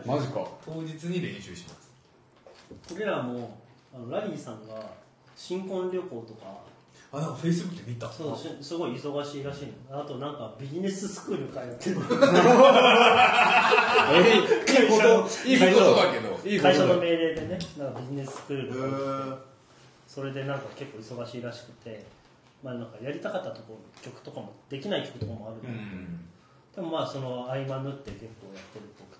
D: マジか
C: 当日に練習します。
E: 俺らもあのラリーさんが新婚旅行とか
C: あなんかフェイスブックで見た。
E: そうしすごい忙しいらしいのあとなんかビジネススクール通 ってる
D: えいいこといいことだけどいいこと
E: 会社
D: だ
E: の命令でねなんかビジネススクール
B: へ
E: とか
B: ー
E: それでなんか結構忙しいらしくて、まあ、なんかやりたかったところ曲とかもできない曲とかもある、
C: うん
E: でもまあその合間縫って結構やってるっぽく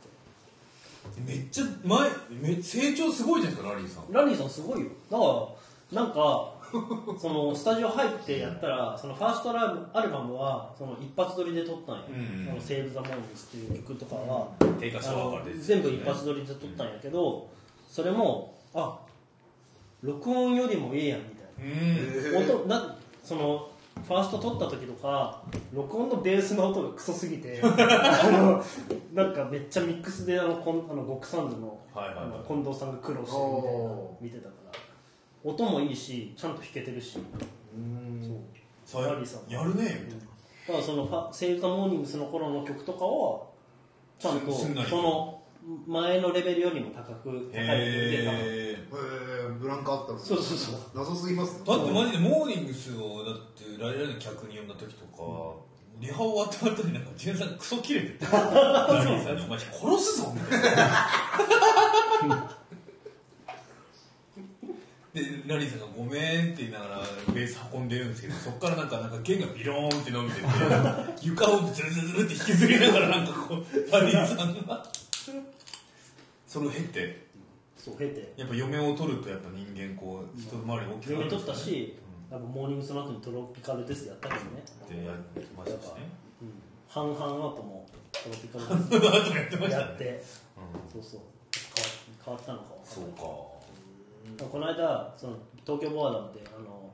E: て
C: めっちゃ前め成長すごいじゃないですかラリーさん。
E: ラリーさんすごいよだからなんかそのスタジオ入ってやったらそのファーストラブアルバムはその一発撮りで撮ったんや
C: うん
E: 「セーブ・ザ・モーニング」っていう曲とかは
C: 低下
E: あ
C: したばかり
E: の
C: ですよ
E: 全
C: ね
E: 部一発撮りで撮ったんやけどそれもあ録音よりもいいやんみたいな
C: うん
E: 音なそのファースト撮った時とか録音のベースの音がクソす ぎてあのなんかめっちゃミックスであのこんあの極サンズの,、
C: はいはいはい
E: あの近藤さんが苦労してるみたいなの見てたから音もいいしちゃんと弾けてるしそ
C: そ
E: う
C: う
E: ラリーさん
C: やるねみたい
E: だからそのファ「セール・ザ・モーニングス」の頃の曲とかをちゃんと
C: すすんなり
E: その前のレベルよりも高く高い
C: な
E: レベル
C: へ
E: で
C: え
B: へーブランカあったのに
E: そうそうそう
B: 謎すぎますね
C: だってマジでモーニングスをだってライライの客に呼んだ時とか、リハ終わった後になんか純さんクソ切れてたラリーさんに「お前殺すぞ」みたいなでラリーさんが「ごめん」って言いながらベース運んでるんですけどそっからなんかなんか弦がビローンって伸びてて床をズルズルズルって引きずりながらなんかこうラリーさんがそれを経て
E: そう経て
C: やっぱ嫁を取るとやっぱ人間こう一回り大きくな
E: 読
C: る
E: み
C: んで
E: 取っ
C: すね
E: たし、やっぱモーニングスの後にトロピカルですやったけどね、
C: でやってましたし ね
E: 半々アートもトロピカル
C: その後やってま
E: で
C: し
E: や
C: た
E: っ
C: ね
E: て、
C: う
E: そうそう変わ変わったのか
C: そう
E: 分
C: か
E: かんないこの間その東京ボアダムであの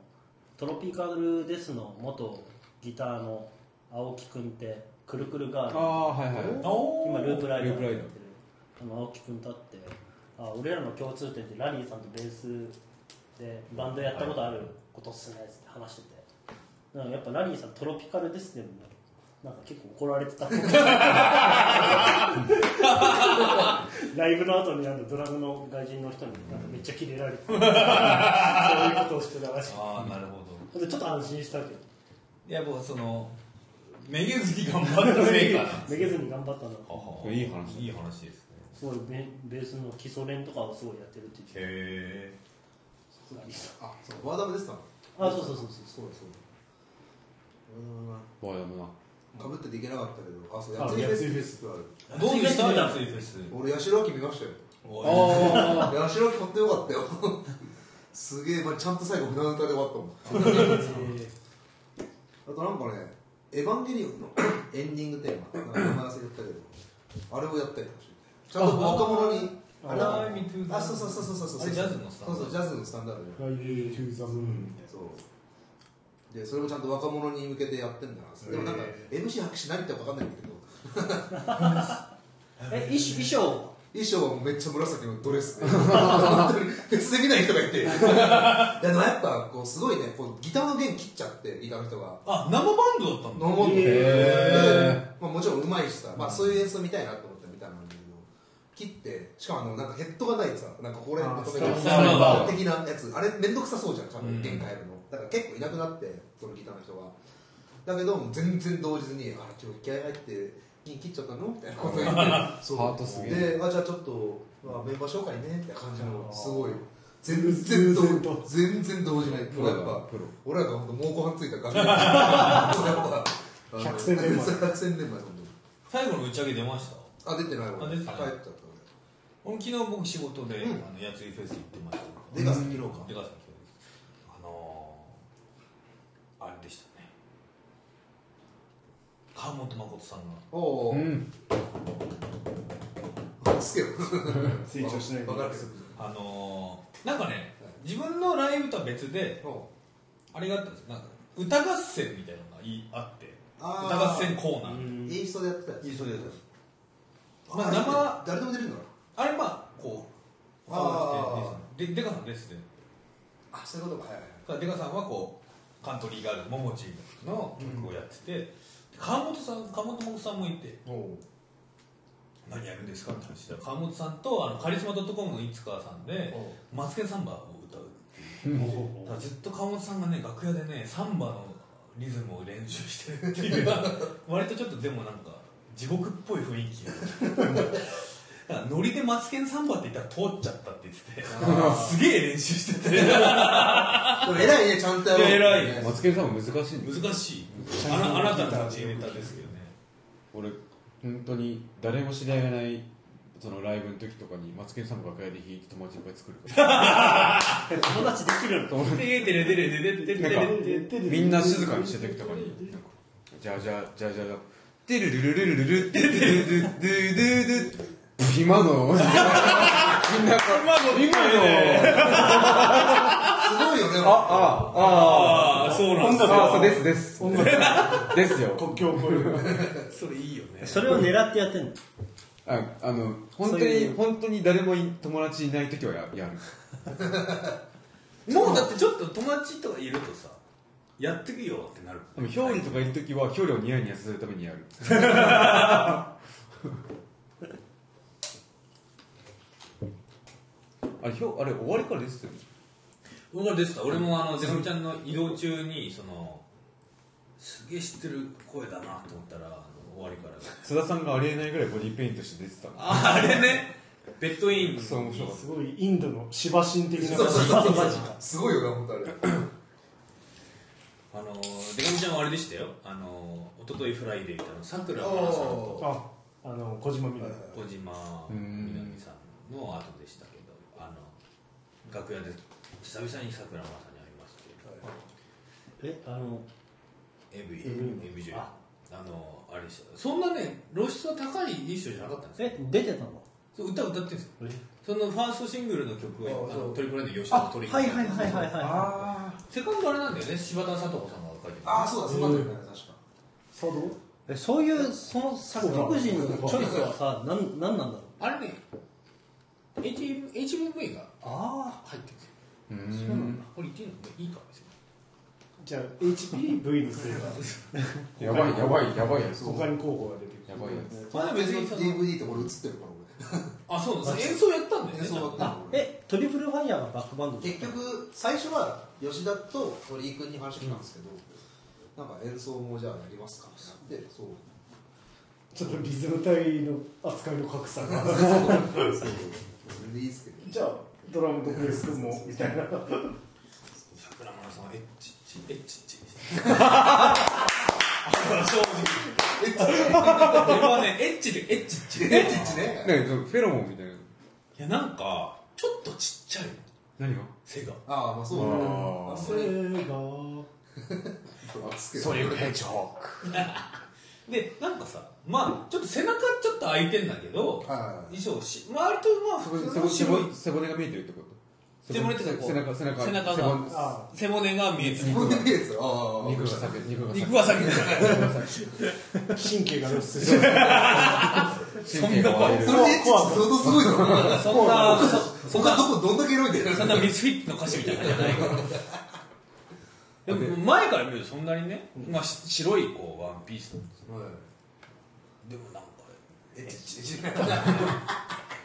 E: トロピカルですの元ギターの青木くんってくるくる
D: あ
E: ガールの
D: あはいはい
C: お
E: 今ループライダー
D: ループライダー
E: やってるあの青木君と会ってあ俺らの共通点ってラリーさんとベースでバンドやったことあることっすねって話しててなんかやっぱラリーさんトロピカルですねなんか結構怒られ てたライブの後になんかドラムの外人の人になんかめっちゃキレられてそういうことをしてたらし
C: ああなるほど
E: いでちょっと安心したけど
C: いや僕はそのめげずに頑張ったせいかな
E: めげずに頑張ったの
D: ははいい話だ
C: いい話ですね
E: すごいベベースの基礎練とかをすごいやってるって言って
C: へ
E: たラリーさん
B: あそうワーダムですか
E: あそうそうそうそう
B: そうだそう
D: わあでもな
B: かぶってできなかったけどあそう
A: あ
B: やついフェスフェスってある
C: えどうでした夏いフェス
B: 俺ヤシロアキ見ましたよ
C: おい
D: あ
B: ヤシロアキ買ってよかったよ すげえ、まあ、ちゃんと最後船歌で終わったもんあとなんかね「エヴァンゲリオン」のエンディングテーマなんか名前忘れちゃったけどあれをやったりとかしてちゃんと若者に
E: あ
B: あれだ
C: あー Me too
B: あそうそうそうそうそうそう
C: あれジャズのスタンダード
B: そうそうジャズのスタンダードね
A: ライブ・トゥ・ザ・ムーン
B: そうでそれもちゃんと若者に向けてやってんだなでもなんか MC 白紙何言ってるか分かんないんだけど
E: え衣衣装
B: 衣装はもうめっちゃ紫のド レスで本当にフェスで見ない人がいていやでもやっぱこうすごいねこうギターの弦切っちゃってギターの人が
C: あ生バンドだったんだ
B: 飲もうって、
D: へ
B: まあ、もちろんうまいしさ、まあ、そういう演奏見たいなと思って見たんだけど切ってしかもあのなんかヘッドがないさなんかここら辺にまとめ
A: あ
B: て
A: ス
B: ス
A: タ
C: ンダ
B: タンダード的なやつあれ面倒くさそうじゃん多
C: うん
B: 分弦変えるのだから結構いなくなってそのギターの人がだけどもう全然動じずに「あ今日気合入って銀切っちゃったの?」みたいなこと言ってそう
D: ハートすげえ
B: であじゃあちょっと、まあ、メンバー紹介ねみたいな感じのすごい全然
A: ずーっ
B: 動
A: と
B: 全然動じないもうやっぱ
D: プロ
B: 俺らが本当猛虎飯ついた感じもうやっぱあの
A: 百戦錬磨
B: 百戦錬磨本
C: 最後の打ち上げ出ました
B: 当にあ出てない
C: あ
B: 俺
C: 出て
B: 帰
C: な
B: っ
C: い
B: ちゃった
C: 俺昨日僕仕事で、
B: うん
C: あのやついフェス行ってました
B: 出川さん昨日か
C: 出川さん昨日ですあのー、あれでしたね川本誠さんが
B: おお
D: う
B: ー
D: ん
B: つけよ
A: 成長しないで
B: わかる
C: あのー、なんかね自分のライブとは別で
B: おう
C: あれがあったんですなんか歌合戦みたいなのがいあって
B: あ
C: 歌合
B: ー
C: 戦コーナー
B: インストでやってたやつ
C: いいそうですまあ
B: あれ誰でも出るんだ
C: あれまあこうファウルしてで出川さんですね
B: あそういうことかはいはいはい
C: だから出川さんはこうカントリーガールももちの曲をやってて、で川本さん川本もさんもいて
B: おう
C: 何やるんですかって話したら川本さんとあのカリスマ .com の市川さんで「マツケンサンバ」を歌うだからずっと川本さんがね楽屋でねサンバのリズムを練習してるっていうのが割とちょっとでもなんか地獄っぽい雰囲気がだからノリで「マツケンサンバ」って言ったら通っちゃったって言ってて
B: あー
C: すげえ練習してて
B: でも偉いねちゃんとや
C: い
B: ろうってね
C: や偉い
D: マツケンさんも難しいんです
C: 難しいあなあなたの持ちネタですけどね
D: 俺本当に誰も知り合いがないそのライブの時とかにマツケンさんの楽屋で弾いて友達いっぱい作るから
E: 友達できるの
C: 「ででれでれでででで
D: なん
C: でで
D: かみんな静かにしてる時とかになんかじゃじゃじゃじゃじゃてるるるるるるてるるるるるるる今のみんな
B: す
D: 今の
B: ごいよね
D: ああああ
C: ああそうなん
A: 音
C: だ
A: 楽
D: あそうですです
A: 音楽は
D: ですよ
A: 国境を越える
C: それいいよね
E: それを狙ってやってんの
D: ああの本当
E: そうい
D: に
E: う
D: 本当に誰もい友達いない時はややる
C: もうだってちょっと友達とかいるとさやってくよってなる
D: でも表裏とかいる時は表裏をニヤニヤさせるためにや るあれひょあれ終わりからですよね
C: 僕は出てた俺もあのゼロちゃんの移動中にそのすげえ知ってる声だなと思ったらあの終わりから
D: 津田さんがありえないぐらいボディペイントして出てたの
C: ああれねベッドイン
D: クソ面白かっ
A: すごいインドの芝神的な
B: そうそうそうそ
E: マ
B: う
E: ジか
B: すごいよな本当あれ
C: あのデカミちゃんはあれでしたよあの一昨日フライデー行ったのさくらまなさんと
A: ああの小島みたいな
C: 小島みなみさんの後でしたけどあの楽屋で久々にさくらまなさんに会いましたけど
E: えあの
C: エブイ
E: うん
C: エブジュ
E: あ
C: あのあれでしたそんなね露出は高い印象じゃなかったんですよ
E: え出てたの
C: そう歌歌ってるんですよ
E: え
C: そのファーストシングルの曲は
B: あ
C: あ
B: そ
C: の
B: う
C: トリプル N の吉田
E: あ
C: の
E: は
C: ト
E: い
C: リ
E: はいはいはいはい
D: あ
C: セカンドあれなんだよね柴田聡子さんが書いてる
B: ああそうだそうなんだよね確か
A: 茶道
E: えそういうその作曲人のチョイスはさなんなんなんだろう
C: あれね HM HMV が
E: あ
C: 入ってるんですよ
D: うー
E: あそうんなんだ
C: これ言っていいのいいかもし
A: じゃあ HPV のせいが
D: やばいやばいやばいやつ
A: 他に候補が出てくる
D: やばいやつ
C: れないまあでも別にその
B: DVD ってこれ映ってるから
C: あそうなんです演奏やったんだよ
B: 俺
C: ね
B: 演奏だった
E: あ
B: の俺
E: えトリプルファイヤーがバックバンド
B: 結局最初は吉田と鳥居君に話してきたんですけどなんか演奏もじゃあやりますかってなってそう
A: ちょっとリズム体の扱いの格差が
B: そう全然いいっすけど
A: じゃあドラムとベースもみたいな
C: 桜村さんはエッチッチエッチッチあ正直
B: エッチね
C: 俺はねエッチでエッチッチ
B: エッチね
D: ねそのフェロモンみたいない
C: やなんかちょっとちっちゃいの
D: 何が
C: 背が
B: ああまあそうだね
D: あー
B: あそ
A: そ
B: れ
A: れ
B: は
A: が
B: つけど
D: れよりヘッジホ
C: でなんかさまあちょっと背中ちょっと開いてんだけど
B: はい
C: 衣装し割とまあ
D: 背骨
C: 普通
D: 背
C: の
D: 骨
C: 白い
D: 背骨が見えてるってこと
C: 背骨ってこう
D: 背中背中
C: 背中が
D: 背骨
A: あ
C: 背骨が見えてる
B: こんなにいいですよああ
D: 肉が裂け肉が裂け
C: 肉は先だ
A: 神経が露出してる
D: 神経が割れる
B: それでエッチって相当すごいぞ
C: そん なそそん
B: 他
C: な
B: どこどんだけエロいんだよ
C: そんなミスフィットの歌詞みたいなのじゃない からでも前から見るとそんなにね、まあ、し白いこうワンピースなんですよでもなんか
B: エッチエッチ
A: こ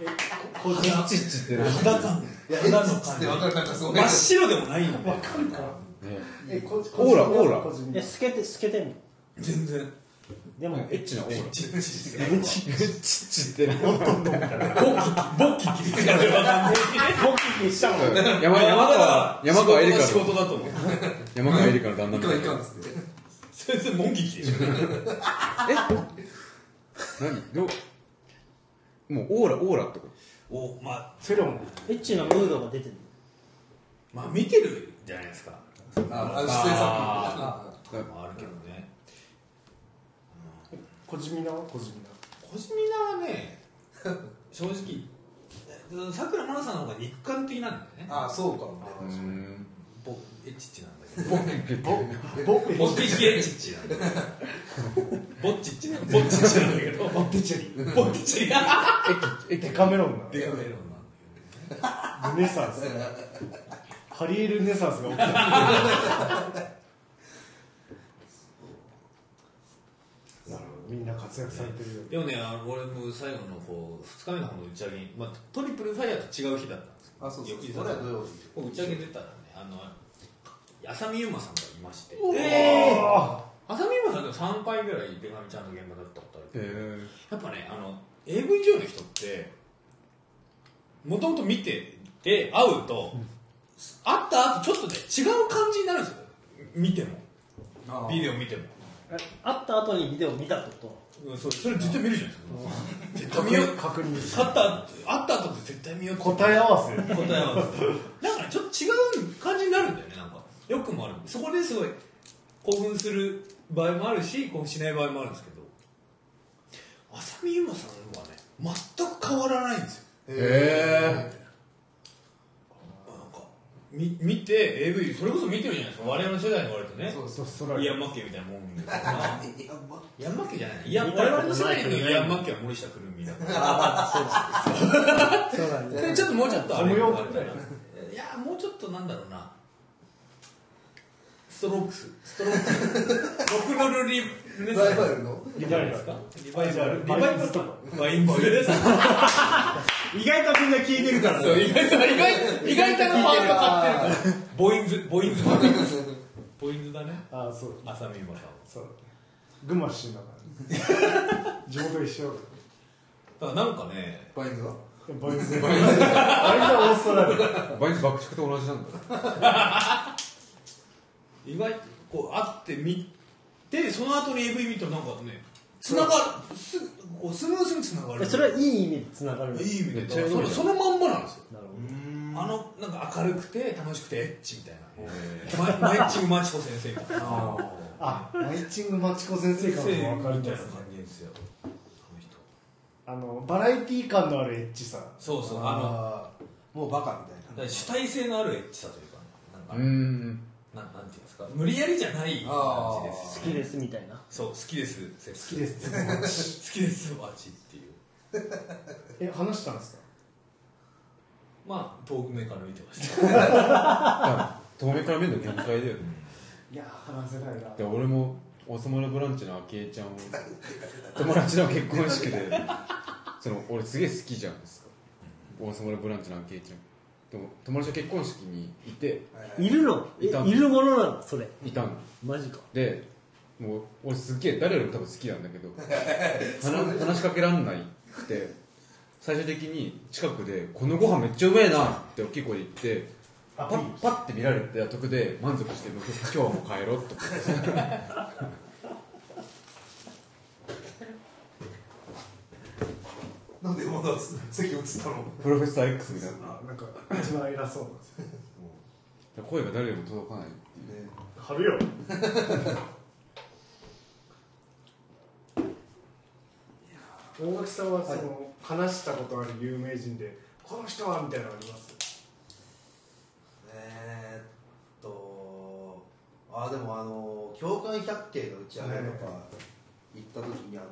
D: エッチッチって何
C: 肌感
B: いやエッチっつってわかるなんかそう
C: 真っ白でもないんだよ
A: わかるか
D: ね
A: えこ
D: オーラオーラ
A: 個人
E: え透けて透けてんの
C: 全然
E: でも、
D: エッチなオーラ
C: チッチ
E: エッチ。
D: ちっちってな
E: どんどんどんみたいな。
C: ボッキボッキ切りつけられば完全に
E: ボキにしたもん。
D: 山山川山川エリカの
C: 仕事だと思う
D: 山川エリカの旦那
B: い
D: み
B: か
D: た
B: んい
D: い
B: かん
D: な
B: っつって
C: それでモンキキでしょ
D: 何どうもうオーラオーラってこと
C: おまあ
A: フェロン
E: エッチなムードが出てる。
C: まあ見てるじゃないですか
B: ああの出演
C: あ
B: 作
C: とかもあるけどね
A: 小地味な小地味な
C: 小島はね 正直さくらまなさんの方が肉感的なんだよね
B: 品あそうかもね
D: うーん
C: ボエッチッチなんだけど
A: ボ ッ
C: ボッチッチエッチッチ なんだけどボッチッチなんボッチッチなんだけどボッ
A: デチェリ
C: チッチが
A: えデカメロンな
C: デカメロンなんだ
A: ルネサンスハリエルネサンスが起きたなるほどみんな活躍されてるよ
C: けど ねでもねあの俺も最後のこう2日目の方の打ち上げに、まあ、トリプルファイヤーと違う日だったんですけど
B: あそうそう
C: 翌日
B: それは土曜日
C: もう打ち上げ出たらねあの浅見ゆうまさんがいまして
A: え
C: 浅見ゆうまさんでも3回ぐらい出上ちゃんの現場だったことあるけど
D: へえ
C: やっぱねあの AV 女優の人ってもともと見てて会うと、会った後ちょっとね違う感じになるんですよ見ても
B: あ
C: ビデオ見ても
E: 会った後にビデオ見たこと。
C: うんそうそれ絶対見るじゃないですか絶対見よう
A: ー確認し
C: 会った会った後って絶対見ようって
A: 答え合わせ
C: 答え合わせなんかねちょっと違う感じになるんだよねなんかよくもあるそこですごい興奮する場合もあるし興奮しない場合もあるんですけど浅見ゆまさんはね全く変わらないんですよ
D: へ
C: なんかみ見て AV それこそ見てるじゃないですか我々の世代に言われてね
B: そう
A: そそ
C: イヤンマッケみたいなもんですから
B: いやま
C: イヤンマッケじゃないいや
E: 見
C: 我
E: たこと
C: 々の世代のイヤンマッケは森下くるみだから
E: そうなんで
C: それちょっともうちょっとあれ
A: ジャム用
C: あれだないやもうちょっとなんだろうなストロークスストロークスロクノルリネ
B: ライバルの
A: リバイバル
C: リバイバル
A: リバイバル
C: とかバインバイルです
E: 意外とみんな聞いてるから。
C: そう意外と意外意外とあのファースト買ってるボインズボインズボインズだね
A: ああそう
C: 浅見馬さん
A: そう群馬出身だから地元一緒だか
C: だからなんかね
B: バインズは
A: らバイズバイズはオーストラリア
D: えバインズ爆竹と同じなんだ
C: 意外とこう会って見てその後に AV 見たらなんかねつながるすぐこうスムーズにつなが
E: え
C: る
E: それはいい意味で繋がる。
C: いい意味で
D: めっちゃエロい
C: それそのまんまなんですよ
E: なるほ
C: あのなんか明るくて楽しくてエッチみたいなまマイチングマチコ先生みたいな
A: あマイチングマチコ先生からも分かるん
C: みたいな
A: ですね
C: 感じですよあの人
A: あのバラエティー感のあるエッチさ
C: そうそうあ
B: もうバカみ
C: のだ
B: た
C: か
B: い
C: ら
B: な
C: 主体性のあるエッチさというかなんか
D: うーん
C: ななんていうんですか無理やりじゃない感じです
E: ど。好きですみたいな。
C: そう好きです好
A: 好きです って
C: 好きですマジっていう
A: え話したんですか
C: まあ遠く目から見てました
D: あ遠目から見るの限界だよね
A: いや話せないな
D: で俺も「おさまるブランチ」の昭恵ちゃんを友達の結婚式 でその俺すげえ好きじゃんおさまるブランチの昭恵ちゃんでも友達の結婚式にいて
E: いるのえ
D: いた
E: いるものなのそれ。
D: いたの
E: マジか。
D: でもう俺すっげえ誰よりも多分好きなんだけ ど話話しかけらんないって最終的に近くで「このご飯めっちゃうめえな」って大きい声で言ってパ
A: あ
D: ッパッて見られて得で満足してもう今日はもう帰ろ うと思って
B: なんでまだ席移ったの
D: プロフェッサー X みたいな
A: あなんか一番偉そうなんですよ
D: 声が誰よりも届かない
A: 貼 るよ大垣さんはその、話したことある有名人でこの人はみたいなのあります
B: えーっとあでもあの教会百景の打ち上げとか行った時にあの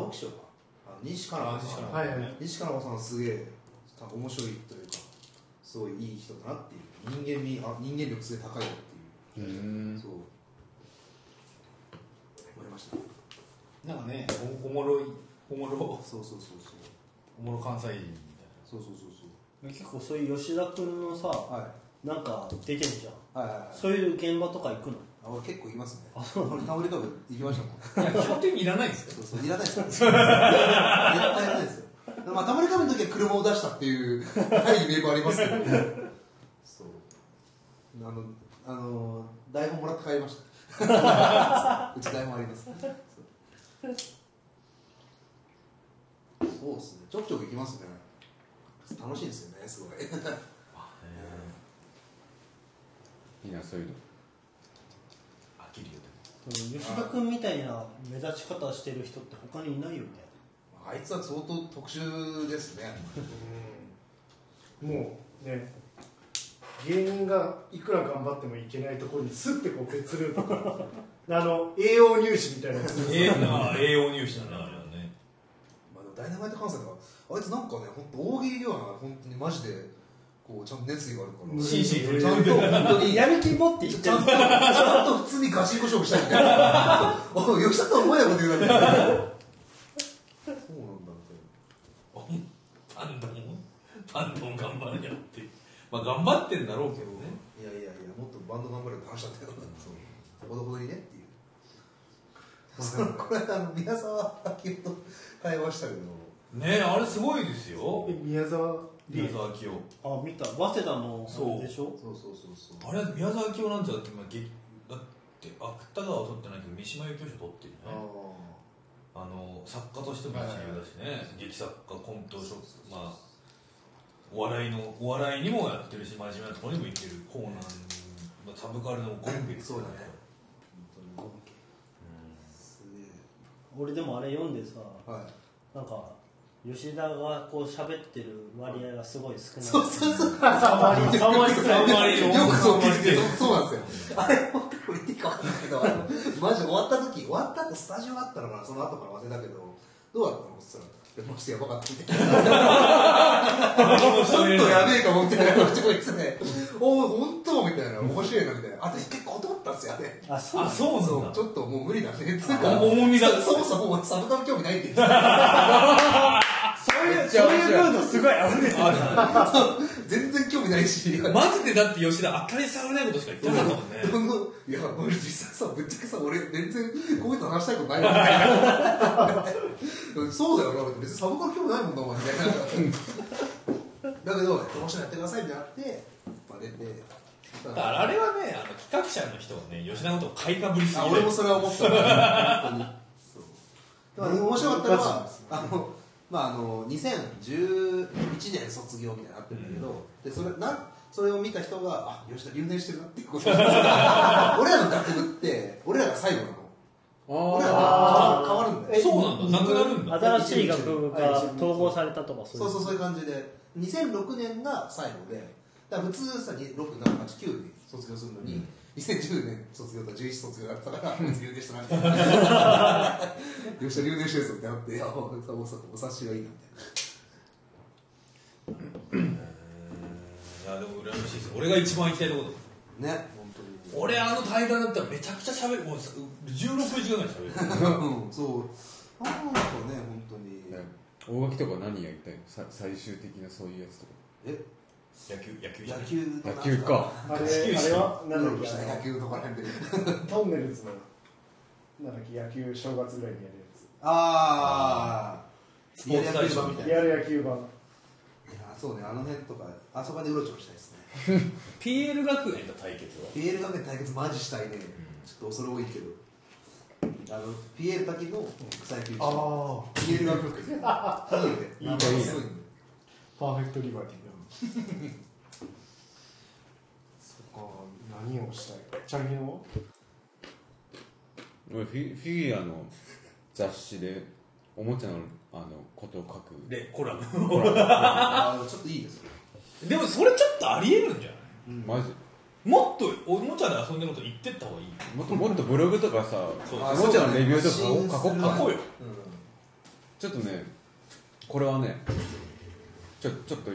B: 直木賞かあの西加奈子さん
A: はいはい
B: 西加奈子さんすげえ多分面白いというかすごいいい人だなっていう人間味あ人間力すげえ高いなっていうそう思いました
C: なんかねおおもろいおもろ
B: そうそうそうそう
C: おもろ関西人み
B: そうそうそう
E: 結構そういう吉田君のさ、
B: そうはい
E: なんか出てるじゃん。
B: はいはいはい
E: そういう現場とか行くの
B: あ俺結構いますね俺タモリカブ行きましたもん
C: いや基本的にいらないんですよ
B: そうそういらないですよ絶対いらないですよまあタモリカブの時は車を出したっていう大義名分ありますけどそうあのあの台本もらって帰りました うち台本ありますそうそうですねちょくちょく行きますね楽しいですよねすごい
D: いいなそういうの
C: 飽きるよ
E: 吉田君みたいな目立ち方してる人って他にいないよね
B: あいつは相当特殊ですね
A: もうね芸人がいくら頑張ってもいけないところにスッてこう別ルート からあの栄養入試みたいなやつ
C: えな栄養入試だなあれはね
B: まあ、でもダイナマイト関西とかあいつなんかね本当大喜利ではない本当にマジでこうちゃんと熱意があるから
C: 真摯に取り
B: ちゃ
C: 組
B: ん
C: んで
B: と本当に
E: やる気持って言っ
B: ち
E: て
B: ゃ
E: る
B: んとちゃんと普通にガシンコ勝負したいみたいな おい吉田さんお前らこと言うなみたいなそうなんだみたいな
C: パンドンパンドン頑張れよってまあ頑張ってんだろうけどね
B: いやいやいや、もっとバンド頑張れって話なんだけど、そうほどほどにねっていう。そのこれ、あの宮沢明夫と会話したけど、
C: ねえあれすごいですよ
A: え宮沢
C: 宮
A: リ
C: 沢明夫
E: あ見た早稲田の
C: そう
E: でしょ
B: そうそうそうそう。
C: あれ宮沢明夫なんてだって今劇だって芥川は取ってないけど三島由紀夫賞取ってる
B: あ
C: よね
B: あ
C: あの作家としても一流だしね、劇作家コント書まあお笑いのお笑いにもやってるし真面目なところにもいけるコーナー、まあ、サブカルのコンビですよ
B: そうだ ね本当に。すげえ。
E: 俺でもあれ読んでさ
B: はい。
E: なんか吉田がこう喋ってる割合がすごい少ない
B: そうそうそう。
E: 3割3割
C: あんまり
B: よくそう気づけそうそうなんですよ。あれ、本当にこれ言っていいか分かんないけど、あのマジ終わった時、終わった後スタジオあったのかな、その後から忘れたけど、どうだったのそしたら、いやマジでやばかったみたいな。ちょっとやべえかもみたいな口も言ってね、おお、本当みたいな、面白いなみたいな、あと一回断ったんですよね。
E: あそう
C: あそう
B: そ
C: な
B: うんち
C: だ
B: ょっともう無理だね。つう
C: あ
B: か、
C: 重みが
B: そそもそも俺サブカル興味ないって言ってた
E: そういう
D: ちゃ
E: そういうムードすごい溢れてる
B: 全然興味ないし、
C: マジでだって吉田明るさがないことしか言ってなかったもんね
B: どんどんいや、俺実際さ、ぶっちゃけさ、俺全然こういうの話したいことないわみたいな。そうだよな、俺別にサブカル興味ないもんな、お前みたいな。だけど、楽しいのやってくださいってなって、まあ、出て。
C: だからあれはねあの企画者の人がね吉田のことを買いかぶりすぎ
B: あ
C: て
B: 俺もそれは思った本当にそうだから面白かったのはあのまああの2011年卒業みたいなのあってるんだけど、でそれなんそれを見た人があ吉田留年してるなっていうこと俺らの学部って俺らが最後なの俺らが変わるんだよ
E: え
C: そうなんだなくなるんだ
E: 新しい学部が統合されたとか
B: そうそうそう
E: う
B: いう感じで2006年が最後でだから普通さ67889で卒業するのに、2010年卒業と11卒業だったから卒業でしたなみたいな吉田留年してるぞってなっていやおおお察しがいいなみ
C: いやでも羨ましいです俺が一番行きたいところ
B: たいなね本
C: 俺あの対談だったらめちゃくちゃ喋るもうさ16時間ぐらい喋る
B: 当にうんそうなんかね本当に
D: 大垣とか何やりたいのさ最終的なそういうやつとか
B: え
C: 野球野球じゃ
B: 野
C: ない
B: 球のなん
D: 野球か
A: あれあれは
B: う
A: なんだっ
B: ん
A: けあ
B: 野球のとこら辺で
A: のトンネルズのなんだっけ野球正月ぐらいにやるやつ
B: ああ
C: スポーツ大賞
B: みたい
A: リ
B: な
A: ア
B: いや
A: ル野球版
B: そうねあの辺とかあそこでうろちょろしたいですね
C: PL 学園の対決は
B: PL 学園対決マジしたいね、ちょっと恐れ多いけどあの PL だけの草野球ああ PL 学園いいねいいねすごいね
A: パーフェクトリバティそっか何をしたいかチャンギの
D: 俺フィフィギュアの雑誌でおもちゃのあのことを書く
C: でコラム
D: コラ
B: ああちょっといいですね
C: でもそれちょっとありえるんじゃない
D: ムマジ
C: もっとおもちゃで遊んでること言ってった方がいい
D: もっともっとブログとかさ
C: そう
D: おもちゃのレビューとかを書こう
B: う
D: か
B: ん
C: 書こうよ
D: ちょっとねこれはねちょちょっと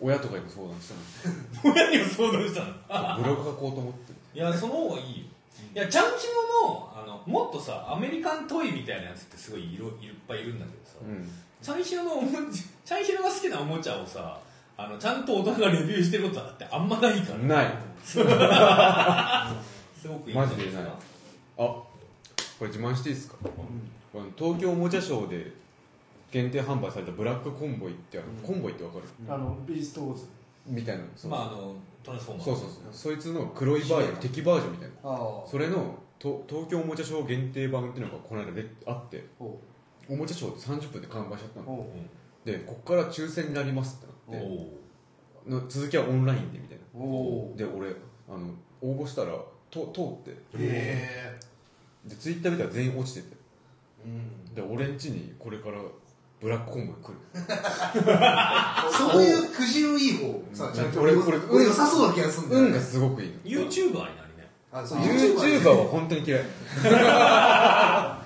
D: 親とかにも相談し
C: 親にも相談したの
D: たのブログ書こうと思って
C: いやその方がいいよいやちゃんきものあのもっとさアメリカントイみたいなやつってすごい色いっぱいいるんだけどさ、
D: うん
C: ちゃんひろのおもちゃ、ちゃんひろが好きなおもちゃをさ、あの、ちゃんと大人がレビューしてることだってあんまないから。
D: ない
F: すごくいいんじゃないです
D: マジで
F: か
D: なこれ自慢していいですか、あの東京おもちゃショーで限定販売されたブラックコンボイってある、コンボイってわかる
A: あのビーストウォーズ
D: みたいなそう,、
F: まああのトランスフォーマー
D: そうそうそうそいつの黒いバージョン敵バージョンみたいな
B: ああ
D: それのと東京おもちゃショー限定版っていうのがこの間であって
B: おう
D: おもちゃショーで30分で完売しちゃったの
B: おう
D: でこっから抽選になります
F: お
D: ってなって
F: お
D: の続きはオンラインでみたい
B: おお
D: なで俺あの応募したらと通って
B: へえ
D: でツイッター見たら全員落ちてて
B: うん
D: で俺ん家にこれからブラックコンボイ来る
B: そういうくじ運いい方さちゃんと
D: 俺俺
B: 俺良さそうな気がするんだよ
D: 運
B: ね
D: がすごくいいの
F: YouTuber になりね
B: あそう YouTuber ね
D: YouTuber は本当に嫌い